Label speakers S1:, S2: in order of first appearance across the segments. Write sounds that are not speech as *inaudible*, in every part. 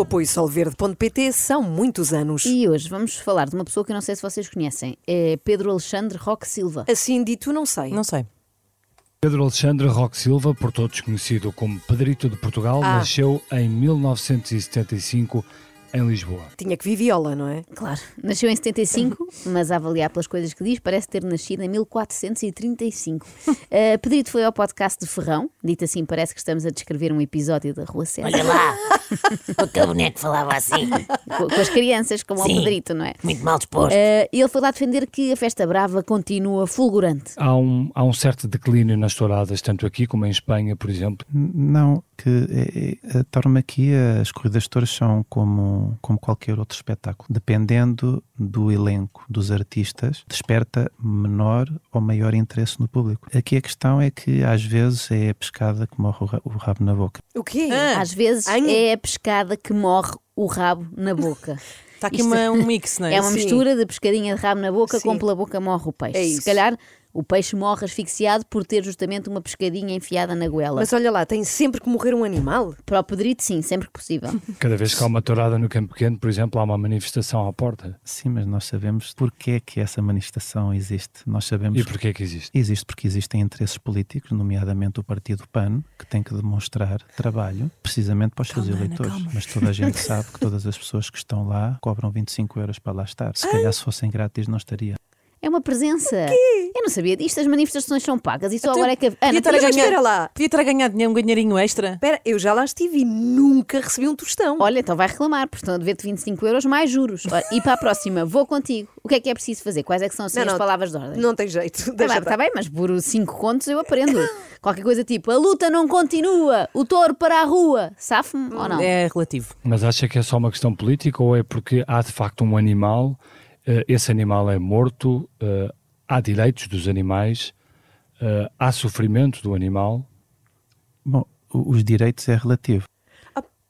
S1: apoio solverde.pt são muitos anos.
S2: E hoje vamos falar de uma pessoa que eu não sei se vocês conhecem. É Pedro Alexandre Roque Silva.
S1: Assim dito, não sei.
S3: Não sei.
S4: Pedro Alexandre Roque Silva, por todos conhecido como Pedrito de Portugal,
S1: Ah.
S4: nasceu em 1975 em Lisboa.
S1: Tinha que vir viola, não é?
S2: Claro. Nasceu em 75, mas a avaliar pelas coisas que diz, parece ter nascido em 1435. Uh, Pedrito foi ao podcast de Ferrão. Dito assim, parece que estamos a descrever um episódio da Rua Serra.
S5: Olha lá! *laughs* o teu boneco falava assim,
S2: Com, com as crianças, como ao
S5: Sim.
S2: Pedrito, não é?
S5: muito mal disposto.
S2: Uh, ele foi lá defender que a festa brava continua fulgurante.
S4: Há um, há um certo declínio nas touradas, tanto aqui como em Espanha, por exemplo.
S6: Não, que é, é, a tauromaquia, as corridas de touros são como, como qualquer outro espetáculo. Dependendo do elenco, dos artistas, desperta menor ou maior interesse no público. Aqui a questão é que às vezes é a pescada que morre o ra- o rabo na boca.
S1: O quê?
S3: Ah,
S2: Às vezes
S1: Ah. Ai.
S2: é a pescada que morre o rabo na boca.
S3: Está aqui
S2: Isto-
S3: uma- um mix, não
S2: *laughs*
S3: é?
S2: É uma
S1: Sim.
S2: mistura de pescadinha de rabo na boca
S1: Sim.
S2: com pela boca morre o peixe.
S1: É
S2: Se
S1: isso.
S2: calhar o peixe morre asfixiado por ter justamente uma pescadinha enfiada na goela.
S1: Mas olha lá, tem sempre que morrer um animal.
S2: Para o Pedrito, sim, sempre que possível.
S4: Cada vez que há uma tourada no Campo Pequeno, por exemplo, há uma manifestação à porta.
S6: Sim, mas nós sabemos porque é que essa manifestação existe. Nós sabemos
S4: E porquê que existe?
S6: Existe porque existem interesses políticos, nomeadamente o Partido PAN, que tem que demonstrar trabalho precisamente para os seus
S3: Calma, Ana,
S6: eleitores.
S3: calma.
S6: Mas toda a
S3: *laughs*
S6: gente sabe que todas as pessoas que estão lá cobram 25 euros para lá estar.
S3: Ah.
S6: Se calhar se fossem grátis não estaria.
S2: *laughs* É uma presença. Eu não sabia disto, as manifestações são pagas e só agora é que. Ana,
S1: estar a
S2: tu-
S1: ganhar- espera lá.
S3: Podia estar a ganhar dinheiro, um ganheirinho extra.
S1: Espera, eu já lá estive e nunca recebi um tostão.
S2: Olha, então vai reclamar, porque estão a dever-te 25 euros mais juros. Ora, E para a próxima, vou contigo. O que é que é preciso fazer? Quais é que são assim,
S1: Não,
S2: as
S1: não.
S2: palavras de ordem?
S1: Não tem jeito.
S2: Está
S1: Deixa
S2: bem,
S1: estar.
S2: tá bem, mas por cinco contos eu aprendo. Qualquer coisa tipo, a luta não continua, o touro para a rua. Safo-me ou não?
S3: É relativo.
S4: Mas acha que é só uma questão política ou é porque há de facto um animal, eh, esse animal é morto, eh, há direitos dos animais, eh, há sofrimento do animal?
S6: Bom, o- os direitos é relativo.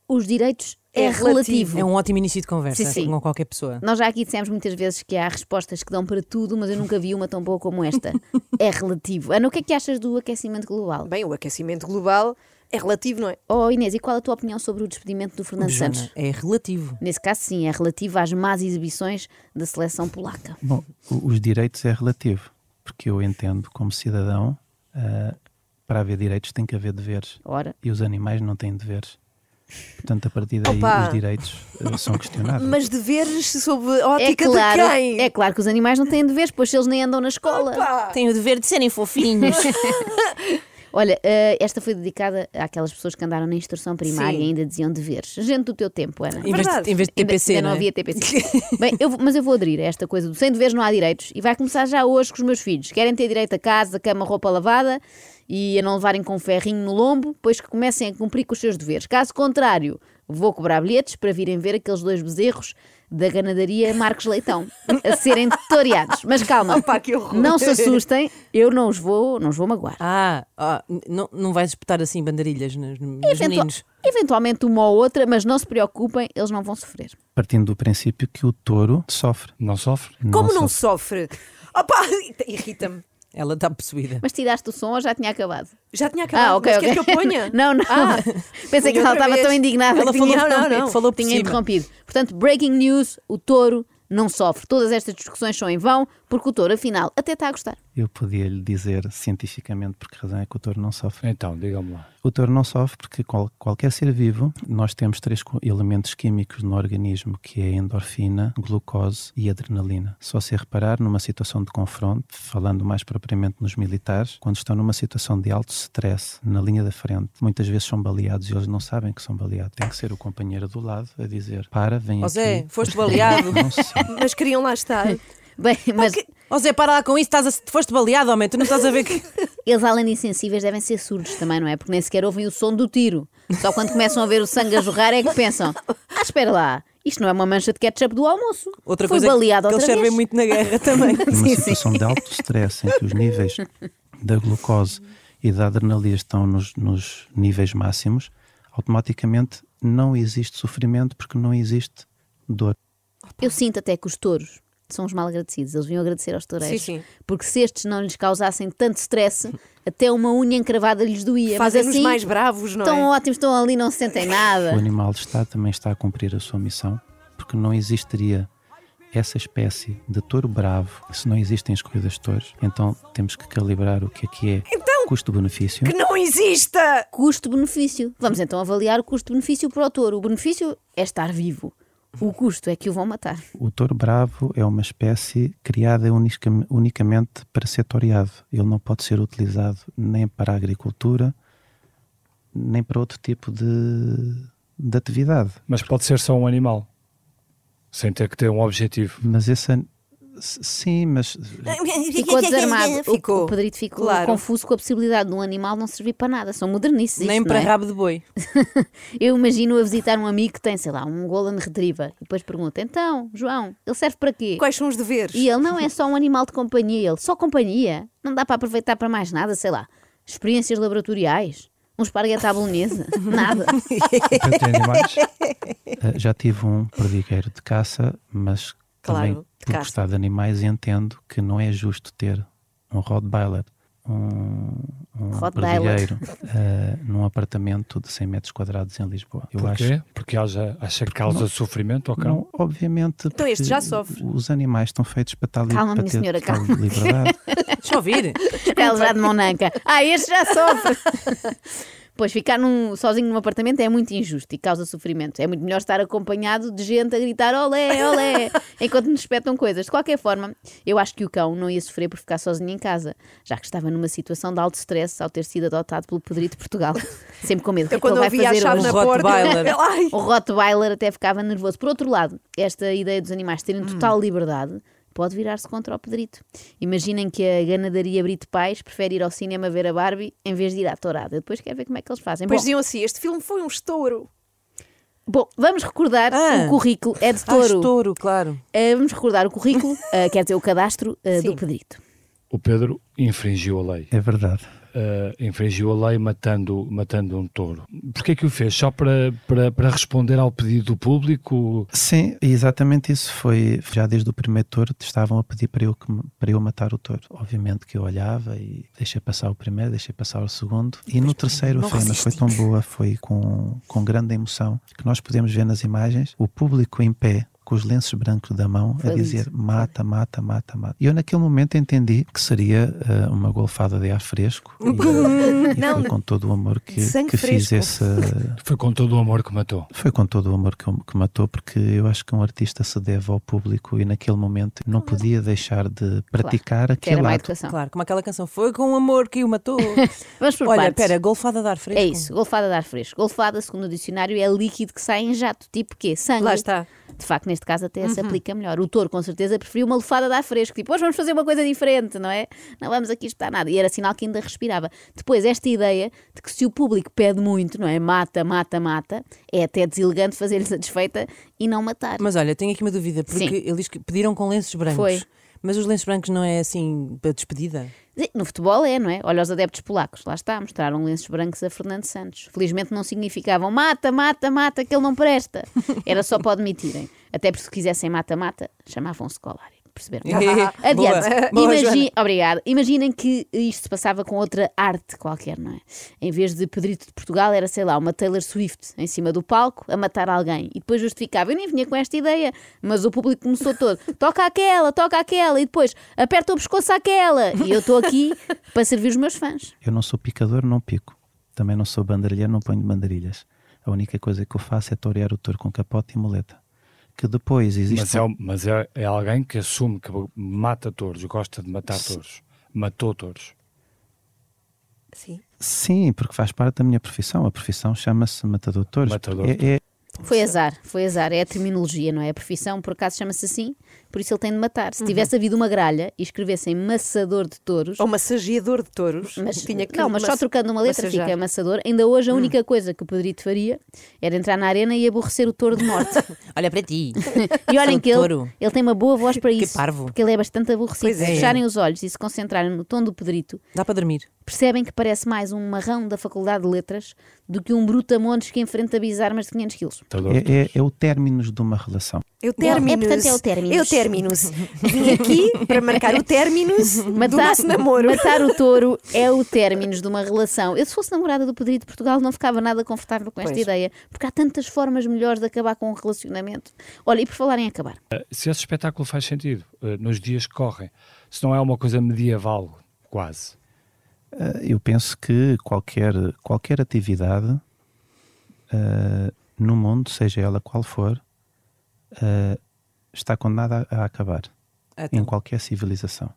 S2: Os direitos é,
S1: É
S2: relativo.
S1: relativo.
S3: É um ótimo início de conversa
S2: Sim, sim.
S3: com qualquer pessoa.
S2: Nós já aqui dissemos muitas vezes que há respostas que dão para tudo, mas eu nunca vi uma tão boa
S1: *laughs*
S2: como esta. é relativo. Ana, o que é que achas do aquecimento global?
S1: Bem, o aquecimento global é relativo, não é?
S2: Oh Inês, e qual a tua opinião sobre o despedimento do Fernando
S3: Joana,
S2: Santos?
S3: é relativo.
S2: Nesse caso, sim, é relativo às más exibições da seleção polaca.
S6: Bom, o- os direitos é relativo, porque eu entendo como cidadão, ah, para haver direitos tem que haver deveres.
S2: Ora,
S6: E os animais não têm deveres. Portanto, a partir daí
S1: Opa!
S6: os direitos ah, são questionáveis.
S1: Mas deveres sob a ótica
S2: é claro,
S1: de quem?
S2: é claro que os animais não têm deveres, pois eles nem andam na escola.
S3: Tem o dever de serem fofinhos.
S2: Olha, eh, esta foi dedicada àquelas pessoas que andaram na instrução primária
S1: Sim.
S2: e ainda diziam deveres. Gente do teu tempo, Ana.
S3: em, vez
S1: Verdade.
S3: de, em vez de
S2: Ainda-
S3: TPC,
S2: ainda não
S3: não é?
S2: havia TPC.
S1: *laughs*
S2: Bem, eu vou- mas eu vou aderir a esta coisa do sem deveres não há direitos e vai começar já hoje com os meus filhos. Querem ter direito a casa, cama, roupa lavada e a não levarem com um ferrinho no lombo, pois que comecem a cumprir com os seus deveres. Caso contrário, vou cobrar bilhetes para virem ver aqueles dois bezerros da ganadaria Marcos Leitão a serem toreados. Mas calma,
S1: Opa, que horror.
S2: não se assustem, eu não os vou, não os vou magoar.
S3: Ah, ah, n- não, não vais espetar assim bandarilhas nos, nos
S2: Eventua-
S3: meninos.
S2: Eventualmente uma ou outra, mas não se preocupem, eles não vão sofrer.
S6: Partindo do princípio que o touro sofre.
S4: Não sofre?
S1: Como não sofre? Opa, *laughs* irrita-me.
S3: Ela está possuída.
S2: Mas tiraste o som ou já tinha acabado?
S1: Já tinha acabado.
S2: ah, ok,
S1: Mas
S2: ok.
S1: queres que eu ponha?
S2: *laughs* Não, não.
S1: Ah,
S2: Pensei que
S1: ponha
S2: ela
S1: outra
S2: estava
S1: vez.
S2: tão indignada
S3: Ela
S2: que
S3: falou
S2: tinha,
S3: por
S2: não,
S3: cima,
S2: não,
S3: falou por
S2: tinha
S3: cima.
S2: interrompido. Portanto, breaking news: o touro não sofre. Todas estas discussões são em vão, porque o touro, afinal, até está a gostar.
S6: Eu podia lhe dizer cientificamente por que razão é que o touro não sofre.
S4: Então, diga-me lá.
S6: O touro não sofre porque qual- qualquer ser vivo, nós temos três co- elementos químicos no organismo, que é a endorfina, glucose e adrenalina. Só se reparar numa situação de confronto, falando mais propriamente nos militares, quando estão numa situação de alto stress, na linha da frente, muitas vezes são baleados e eles não sabem que são baleados. Tem que ser o companheiro do lado a dizer, para, vem
S3: Ó
S6: aqui.
S3: Zé, foste
S6: Mas
S3: baleado.
S6: Não sei.
S1: Mas queriam lá estar.
S2: Bem, mas
S3: Ó Zé, para lá com isso, estás a, foste baleado, homem, tu não estás a
S2: *laughs*
S3: ver que.
S2: eles, além de insensíveis, devem ser surdos também, não é? Porque nem sequer ouvem o som do tiro. Só quando começam a ver o sangue a jorrar é que pensam: ah, espera lá, isto não é uma mancha de ketchup do almoço.
S3: Outra
S2: Fui
S3: coisa é que-
S2: baleado
S3: que eles
S2: outra
S3: servem
S2: vez.
S3: muito na guerra também.
S2: *laughs*
S6: numa
S2: Sim, sim.
S6: situação de alto stress em que os níveis da glucose e da adrenalina estão nos, nos níveis máximos, automaticamente não existe sofrimento porque não existe dor.
S2: Eu sinto até que os touros são os mal agradecidos. Eles vinham agradecer aos toureiros.
S3: Sim, sim.
S2: Porque se estes não lhes causassem tanto stress,
S1: *laughs*
S2: até uma unha encravada lhes doía. Mas
S1: Fazem-nos
S2: assim,
S1: mais bravos, não
S2: Estão
S1: é?
S2: ótimos, estão ali, não se sentem
S6: O
S2: nada.
S6: animal de Estado também está a cumprir a sua missão, porque não existiria essa espécie de touro bravo se não existem as corridas de touros. Então temos que calibrar o que é que é
S2: Então,
S6: custo-benefício.
S1: Que não exista!
S2: Custo-benefício. Vamos então avaliar o custo-benefício para o touro. O benefício é estar vivo. O custo é que o vão matar.
S6: O touro bravo é uma espécie criada unisca- unicamente para ser toreado. Ele não pode ser utilizado nem para a agricultura, nem para outro tipo de, de atividade.
S4: Mas pode ser só um animal, sem ter que ter um objetivo. *laughs*
S6: Mas esse. an- s- Sim, mas
S1: é
S2: Ficou desarmado. O-
S1: Ficou.
S2: O Pedrito ficou
S1: Claro.
S2: confuso com a possibilidade de um animal não servir para nada. São modernices. isto,
S3: Nem para
S2: não é?
S3: rabo de boi.
S2: Eu imagino a visitar um amigo que tem, sei lá, um Golden Retriever. E depois pergunta: então, João, ele serve para quê?
S1: Quais são os deveres?
S2: E ele não é só um animal de companhia, ele só companhia. Não dá para aproveitar para mais nada, sei lá. Experiências laboratoriais. Um esparguete à bolonhesa. *laughs* Nada.
S4: Para ter animais.
S6: Eh, Já tive um perdigueiro de caça, mas
S1: Claro,
S6: também
S1: de
S6: por
S1: caça.
S6: gostar de animais entendo que não é justo ter um Rottweiler, um, um
S2: Rottweiler.
S6: perdigueiro, eh, num apartamento de 100 metros quadrados em Lisboa. Eu acho
S4: Porquê? Porque haja, acha que causa sofrimento ao cão?
S6: não, obviamente.
S1: Então este
S6: porque
S1: já sofre.
S6: Os animais estão feitos para estar livre,
S2: Calma,
S6: para
S2: minha
S6: ter
S2: senhora,
S6: total
S2: calma. *laughs*
S6: liberdade.
S3: Deixa eu ouvir.
S2: Ela já de Monanca. Ah, este já sofre. *laughs* Pois ficar num- sozinho num apartamento é muito injusto e causa sofrimento. É muito melhor estar acompanhado de gente a gritar olé, olé,
S1: *laughs*
S2: enquanto nos espetam coisas. De qualquer forma, eu acho que o cão não ia sofrer por ficar sozinho em casa, já que estava numa situação de alto stress ao ter sido adotado pelo Pedrito de
S1: *laughs*
S2: Portugal. Sempre com medo. O que é
S1: Eu
S2: que ele
S1: quando
S2: vai
S1: ouvi a
S2: fazer
S1: chave
S2: hoje?
S1: na
S3: Um
S1: porta,
S3: Rottweiler.
S1: ela, *laughs* ai,
S2: O Rottweiler até ficava nervoso. Por outro lado, esta ideia dos animais
S3: Hum.
S2: terem total liberdade pode virar-se contra o Pedrito. Imaginem que a ganadaria Brito Pais prefere ir ao cinema ver a Barbie em vez de ir à tourada. Eu Depois quero ver como é que eles fazem.
S1: Depois
S2: Bom,
S1: diziam assim: este filme foi um estouro.
S2: bom, vamos recordar
S3: Ah.
S2: o currículo. É de
S3: Ah,
S2: touro.
S3: touro, claro.
S2: Eh, vamos recordar o
S3: *laughs*
S2: currículo, eh, quer dizer, o cadastro eh, do Pedrito.
S4: O Pedro infringiu a lei.
S6: É verdade.
S4: Uh, infringiu a lei matando, matando um touro. Porquê que o fez? Só para, para, para responder ao pedido do público?
S6: Sim, exatamente isso foi. Já desde o primeiro touro estavam a pedir para eu, que me- para eu matar o touro. Obviamente que eu olhava e deixei passar o primeiro, deixei passar o segundo. E no terceiro a
S3: não
S6: cena foi tão boa, foi com, com grande emoção, que nós podemos ver nas imagens o público em pé. Com os lenços brancos da mão
S2: Foi
S6: a
S2: lindo.
S6: dizer mata, mata, mata, mata. E eu naquele momento entendi que seria eh, uma golfada de ar fresco.
S1: *laughs*
S6: E, eh, e
S1: Não,
S6: foi com todo o amor que,
S1: sangue
S6: que fiz
S1: fresco.
S6: esse,
S4: Foi com todo o amor que matou.
S6: foi com todo o amor que, que matou, porque eu acho que um artista se deve ao público e naquele momento não podia deixar de praticar
S2: Que era
S6: aquele
S2: má
S6: ato.
S2: educação.
S3: Claro, como aquela canção. Foi com amor que o matou.
S2: Vamos *laughs* por
S3: Olha,
S2: partes.
S3: pera, golfada de ar fresco.
S2: É isso, golfada de ar fresco. Golfada, segundo o dicionário, é líquido que sai em jato. Tipo quê? Sangue.
S1: Lá está. Uhum.
S2: De facto, neste caso até se aplica melhor. O touro, com certeza, preferiu uma lefada de ar fresco. Tipo, hoje vamos fazer uma coisa diferente, não é? Não vamos aqui estar nada. E era sinal que ainda respirava. Depois, esta ideia de que se o público pede muito, não é? Mata, mata, mata, é até deselegante fazer-lhe satisfeita e não matar.
S3: Mas olha, tenho aqui uma dúvida, porque
S2: Sim.
S3: eles que- pediram com lenços brancos.
S2: Foi.
S3: Mas os lenços brancos não é assim para despedida?
S2: Sim, No futebol é, não é? Olha os adeptos polacos, lá está, mostraram lenços brancos a Fernando Santos. Felizmente não significavam mata, mata, mata, que ele não
S3: *laughs*
S2: presta. Era só para admitirem. Até porque se quisessem mata, mata, chamavam-se colário. Perceberam? Adiante.
S3: *laughs* Boa. Boa,
S2: Imagi- Obrigada. Imaginem que isto se passava com outra arte qualquer, não é? Em vez de Pedrito de Portugal, era, sei lá, uma Taylor Swift em cima do palco a matar alguém. E depois justificava. Eu nem vinha com esta ideia, mas o público começou todo: toca aquela, toca aquela. E depois aperta o pescoço àquela. E eu estou aqui para servir os meus fãs.
S6: Eu não sou picador, não pico. Também não sou bandarilheiro, não ponho bandarilhas. A única coisa que eu faço é torear o touro com capote e muleta. Que depois existe.
S4: Mas, é, um- mas é, é alguém que assume que mata touros, gosta de matar touros, matou touros.
S1: Sim.
S6: Sim, porque faz parte da minha profissão. A profissão chama-se matador de touros.
S4: Matador de
S6: É- é-
S2: Foi azar, foi azar. É a terminologia, não é? A profissão, por acaso, chama-se assim. Por isso ele tem de matar. Se tivesse havido uma gralha e escrevessem maçador de touros.
S1: Ou massageador de touros.
S2: Mas,
S1: tinha que
S2: não, mas só
S1: massa-
S2: trocando uma letra
S1: massajar.
S2: fica amassador. Ainda hoje a única coisa que o Pedrito faria era entrar na arena e aborrecer o touro de morte.
S3: Olha para ti.
S2: e olhem
S3: Sou
S2: que ele,
S3: touro.
S2: ele tem uma boa voz para
S3: Que
S2: isso.
S3: parvo.
S2: Porque ele é bastante aborrecido.
S1: Pois
S2: se
S1: é.
S2: fecharem os olhos e se concentrarem no tom do Pedrito,
S3: *laughs* Dá para dormir.
S2: percebem que parece mais um marrão da Faculdade de Letras do que um brutamontes que enfrenta bizarmas de 500 quilos.
S4: ditador.
S6: É, é- é o término de uma relação.
S1: Eu terminus.
S2: É, portanto, é o términus.
S1: Eu terminus. Vim aqui para marcar o *laughs* terminus do nosso namoro.
S2: matar o touro é o término de uma relação. Eu, se fosse namorada do Pedrinho de Portugal, não ficava nada confortável com esta
S1: Pois.
S2: ideia, porque há tantas formas melhores de acabar com um relacionamento. Olha, e por falar em acabar,
S4: Se esse espetáculo faz sentido, eh, nos dias que correm, se não é uma coisa medieval, quase.
S6: Ah, Eu penso que qualquer, qualquer atividade ah, no mundo, seja ela qual for, ah, está condenada a, a acabar
S3: Ah,
S6: em
S3: então.
S6: qualquer civilização.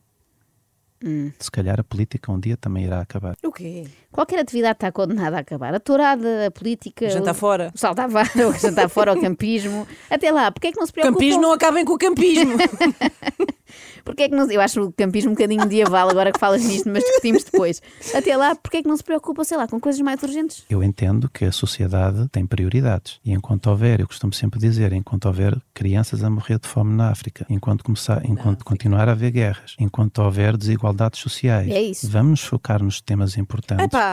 S6: Se calhar a política um dia também irá acabar.
S1: O quê?
S2: qualquer atividade está condenada a acabar. A tourada, a política,
S3: Jantar
S2: o-
S3: tá fora.
S2: o salto à vara, *laughs* o jantar fora, o campismo. Até lá, porque é que não se preocupam?
S3: Campismo, não acabem com o campismo.
S2: Porque é que não, eu acho o campismo um bocadinho medieval agora que falas nisto, mas discutimos depois. Até lá, porque é que não se preocupam, sei lá, com coisas mais urgentes?
S6: Eu entendo que a sociedade tem prioridades. E enquanto houver, eu costumo sempre dizer, enquanto houver crianças a morrer de fome na África, enquanto, começar, enquanto continuar a haver guerras, enquanto houver desigualdades sociais,
S2: É isso.
S6: vamos nos focar nos temas importantes.
S1: Epá,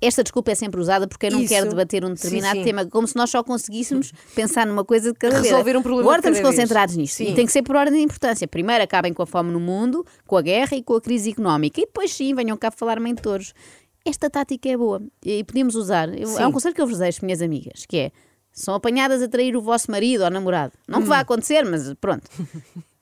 S2: Esta desculpa é sempre usada porque eu não
S1: Isso.
S2: quero debater um determinado
S1: Sim, sim.
S2: tema, como se nós só
S1: *laughs*
S2: conseguíssemos pensar numa coisa de cada vez.
S1: Resolver um problema de
S2: Agora
S1: cada
S2: estamos
S1: vez.
S2: concentrados nisto.
S1: Sim.
S2: E tem que ser por ordem de importância. Primeiro acabem com a fome no mundo, com a guerra e com a crise económica. E depois sim, venham cá falar-me em touros. Esta tática é boa e podemos usar. Eu-
S1: Sim.
S2: é um conselho que eu vos deixo, minhas amigas, que é são apanhadas a trair o vosso marido ou namorado. Não
S1: Hum.
S2: que vá acontecer, mas
S1: *laughs*
S2: pronto.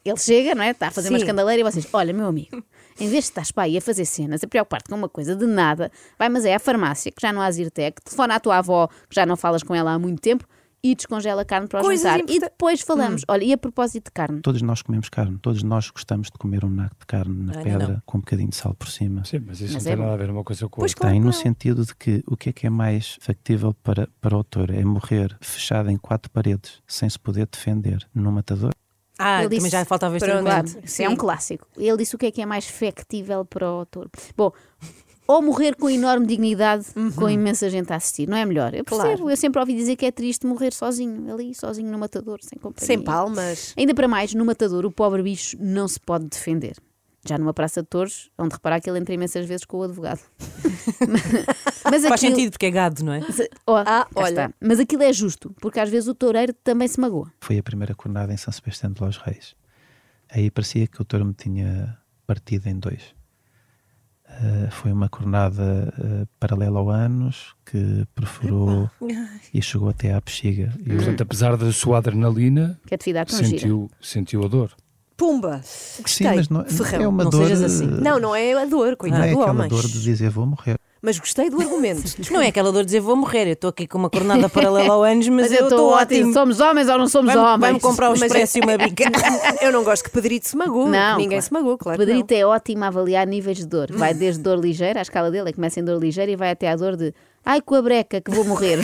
S2: Ele chega, não é? Está a fazer uma
S1: Sim.
S2: escandaleira e vocês, olha,
S1: *laughs*
S2: meu amigo, em vez de estás para aí a fazer cenas, a preocupar-te com uma coisa de nada, vai, mas é à farmácia, que já não há Zirtec, telefona à tua avó, que já não falas com ela há muito tempo, e descongela a carne para o
S1: Coisas
S2: jantar. E
S1: importan- Hum.
S2: depois falamos, olha, e a propósito de carne?
S6: Todos nós comemos carne, todos nós gostamos de comer um naco de carne na
S3: Ah, não,
S6: pedra
S3: não.
S6: com um bocadinho de sal por cima.
S4: Sim, mas isso
S2: Mas
S4: não
S2: é
S4: tem
S2: bom.
S4: nada a ver uma coisa com a
S1: Pois
S4: outra.
S1: Claro
S6: Tem
S1: que
S6: no
S1: não.
S6: sentido de que o que é que é mais factível para, para o autor é morrer fechado em quatro paredes sem se poder defender num matador?
S3: Ah,
S2: Ele
S3: também
S2: disse-
S3: já faltava este
S1: Pronto.
S3: argumento.
S2: Claro, isso
S1: Sim.
S2: é um clássico. Ele disse o que é que é mais factível para o autor. Bom, ou morrer com enorme dignidade, com imensa gente a assistir, não é melhor? Eu percebo,
S1: Uhum. Claro.
S2: eu sempre ouvi dizer que é triste morrer sozinho, ali, sozinho no matador, sem companhia.
S1: sem palmas.
S2: Ainda para mais, no matador, o pobre bicho não se pode defender. Já numa praça de touros, onde reparar que ele entra imensas vezes com o
S3: *laughs*
S2: advogado. Mas
S3: Faz
S2: aquilo-
S3: sentido, porque é gado, não é?
S2: Oh,
S1: Ah,
S2: cá
S1: olha.
S2: está. Mas aquilo é justo, porque às vezes o toureiro também se magoa.
S6: Foi a primeira cornada em São Sebastião de Los Reis. Aí parecia que o touro me tinha partido em dois. Ah, foi uma cornada ah, paralela ao ânus que perfurou e chegou até à bexiga. E o-
S4: Portanto, apesar da sua adrenalina,
S2: Que é atividade tão gira.
S4: sentiu, sentiu a dor.
S1: Pumba.
S6: Sim,
S1: Gostei.
S6: mas não,
S1: Ferrão.
S6: é uma
S3: Não
S6: dor.
S3: sejas assim.
S6: ah,
S1: Não, não é a dor,
S6: não
S1: coitado
S6: é
S1: do
S6: aquela
S1: homem.
S6: dor de dizer vou morrer.
S1: Mas gostei do *laughs* argumento.
S3: Não é aquela dor de dizer vou morrer, eu estou aqui com uma cornada paralela ao anos, mas, eu estou ótimo.
S2: Somos homens ou não somos
S3: Vai-me
S2: homens?
S3: vai-me comprar um
S1: Mas é-
S3: expresso e
S1: *laughs*
S3: uma bica.
S1: Eu não gosto que Pedrito se magoe.
S2: Não,
S1: que ninguém
S2: claro.
S1: se magoou, claro. que
S2: Pedrito é ótimo a avaliar níveis de dor.
S3: *laughs*
S2: Vai desde dor ligeira, a escala dele é que começa em dor ligeira e vai até à dor de ai com a breca que vou
S3: *laughs*
S2: morrer.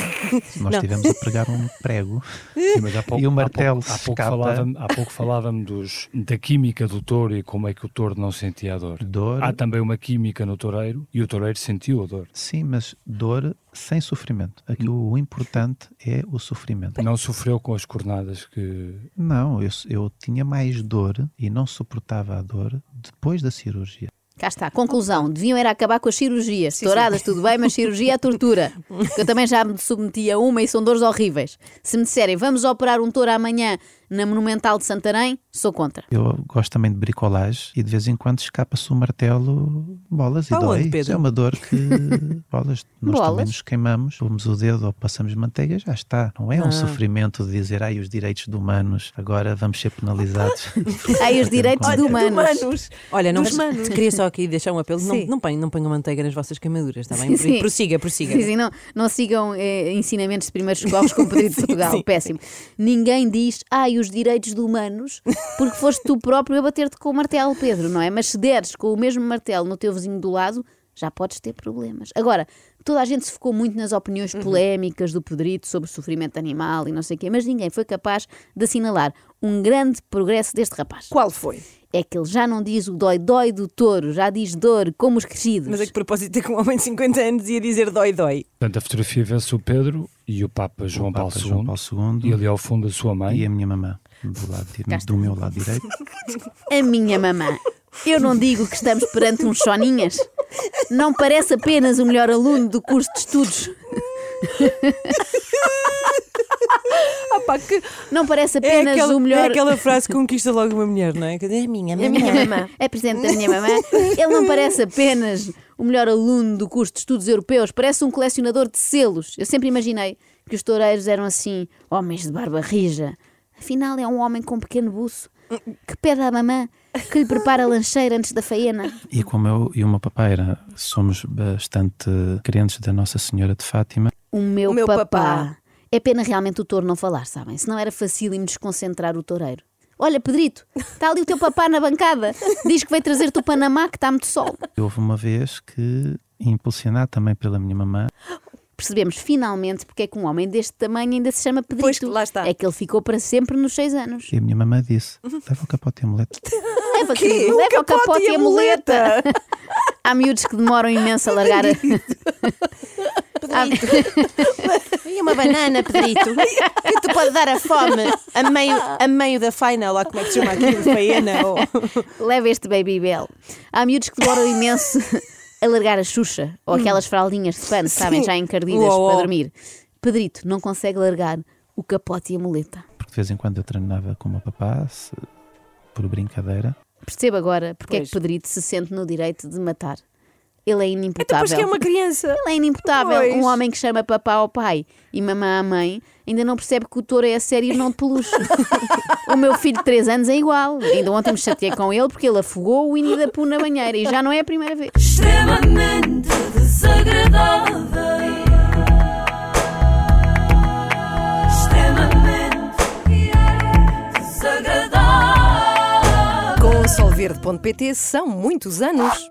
S6: Nós tivemos a pregar um prego.
S4: Sim, mas há pouco-
S6: E o
S4: há
S6: martelo
S4: pouco- Há
S6: se
S4: pouco,
S6: escapa.
S4: falávamos- há pouco falávamos dos- da química do touro e como é que o touro não sentia a dor.
S6: Dor.
S4: Há também uma química no toureiro e o toureiro sentiu a dor.
S6: Sim, mas dor sem sofrimento. Aqui o importante é o sofrimento.
S4: Não sofreu com as cornadas que.
S6: Não, eu, eu tinha mais dor e não suportava a dor depois da cirurgia.
S2: Cá está, conclusão. Deviam era acabar com as cirurgias. Touradas, tudo bem, mas cirurgia é tortura. Porque eu também já me submeti a uma e são dores horríveis. Se me disserem vamos operar um touro amanhã na Monumental de Santarém, sou contra.
S6: Eu gosto também de bricolagem e de vez em quando escapa-se o martelo, bolas
S3: Para
S6: e dói.
S3: onde, Pedro?
S6: Isso é uma
S2: *laughs*
S6: dor que bolas, nós também
S2: Bolas?
S6: nos queimamos, pomos o dedo ou passamos manteiga, já está. Não é
S2: Ah.
S6: um sofrimento de dizer, ai, os direitos de humanos, agora vamos ser penalizados.
S2: *laughs* Ai, os direitos
S6: Olha,
S2: de humanos.
S1: humanos.
S3: Olha, não
S1: Dos manos.
S3: queria só aqui deixar um apelo: não,
S1: Sim.
S3: não, ponham, não ponham manteiga nas vossas queimaduras, está
S2: Sim, *laughs*
S3: bem?
S2: sim.
S3: Prossiga, prossiga.
S2: Sim, sim, não, não sigam eh, ensinamentos de primeiros socorros com o
S3: *laughs*
S2: pedido de Portugal. Péssimo. Ninguém diz, ai, os direitos de humanos, porque foste tu próprio a bater-te com o martelo, Pedro, não é? Mas se deres com o mesmo martelo no teu vizinho do lado, já podes ter problemas. Agora, toda a gente se focou muito nas opiniões
S3: Uhum.
S2: polémicas do Pedrito sobre o sofrimento animal e não sei o quê, mas ninguém foi capaz de assinalar um grande progresso deste rapaz.
S1: Qual foi?
S2: É que ele já não diz o dói-dói do touro, já diz dor, como os crescidos.
S3: Mas a que propósito é que um homem de 50 anos ia dizer dói, dói?
S4: Portanto, a fotografia vê-se o Pedro e o Papa João,
S6: Papa
S4: Paulo,
S6: João
S4: II,
S6: Paulo II.
S4: E ali ao fundo a sua mãe.
S6: E a minha mamã, do, lado dire-
S2: Cá está.
S6: do meu lado direito.
S2: A minha mamã. Eu não digo que estamos perante uns soninhas. Não parece apenas
S3: *laughs*
S2: o melhor aluno do curso de estudos.
S3: pá, que
S2: Não parece
S3: é,
S2: apenas
S3: aquela,
S2: o melhor.
S3: é aquela frase que conquista logo uma mulher, não é? Que É a minha, a
S1: A
S3: minha.
S1: minha mamã.
S2: É presente da minha mamãe. Ele não parece apenas o melhor aluno do curso de estudos europeus, parece um colecionador de selos. Eu sempre imaginei que os toureiros eram assim, homens de barba rija. Afinal, é um homem com um pequeno buço que pede à mamã que lhe prepara a lancheira antes da faena.
S6: E como eu e uma papeira somos bastante crentes da Nossa Senhora de Fátima,
S2: O meu,
S1: O meu
S2: papá.
S1: papá.
S2: É pena realmente o touro não falar, sabem? Senão era fácil e me desconcentrar o toureiro. Olha, Pedrito, está ali o teu papá na bancada. Diz que veio trazer-te o Panamá, que está muito sol.
S6: houve uma vez que, impulsionado também pela minha mamã,
S2: percebemos finalmente porque é que um homem deste tamanho ainda se chama Pedrito.
S1: Pois, lá está.
S2: É que ele ficou para sempre nos seis anos.
S6: e a minha mamã disse: leva o capote e a muleta.
S2: Leva,
S1: quê?
S2: querido,
S1: Um
S2: leva o
S1: capote e
S2: capote e
S1: a
S2: a muleta. Há miúdos que demoram imenso a largar. a- *laughs* Há-
S3: *laughs* E uma banana, Pedrito, que te pode dar a fome a meio, a meio da faina, lá como é que se chama aquilo, faena. Ou...
S2: Leva este Baby Bell. Há miúdos que demoram imenso *laughs* a largar a Xuxa ou aquelas fraldinhas de pano, sabem, já encardidas
S3: Uou,
S2: para
S3: uou.
S2: dormir. Pedrito não consegue largar o capote e a muleta.
S6: Porque de vez em quando eu treinava com o meu papá, se- por brincadeira.
S2: Percebo agora porque é que
S3: Pois.
S2: Pedrito se sente no direito de matar. Ele é
S1: Então,
S2: inimputável.
S1: pois que é uma criança.
S2: Ele é inimputável.
S1: Pois.
S2: Um homem que chama papá ao pai e mamã à mãe ainda não percebe que o touro é a sério e não de peluche. o meu filho de 3 anos é igual. Ainda ontem me chateei com ele porque ele afogou o Winnie da Pooh na banheira e já não é a primeira vez.
S7: extremamente desagradável. Extremamente desagradável.
S1: Com solverde.pt são muitos anos.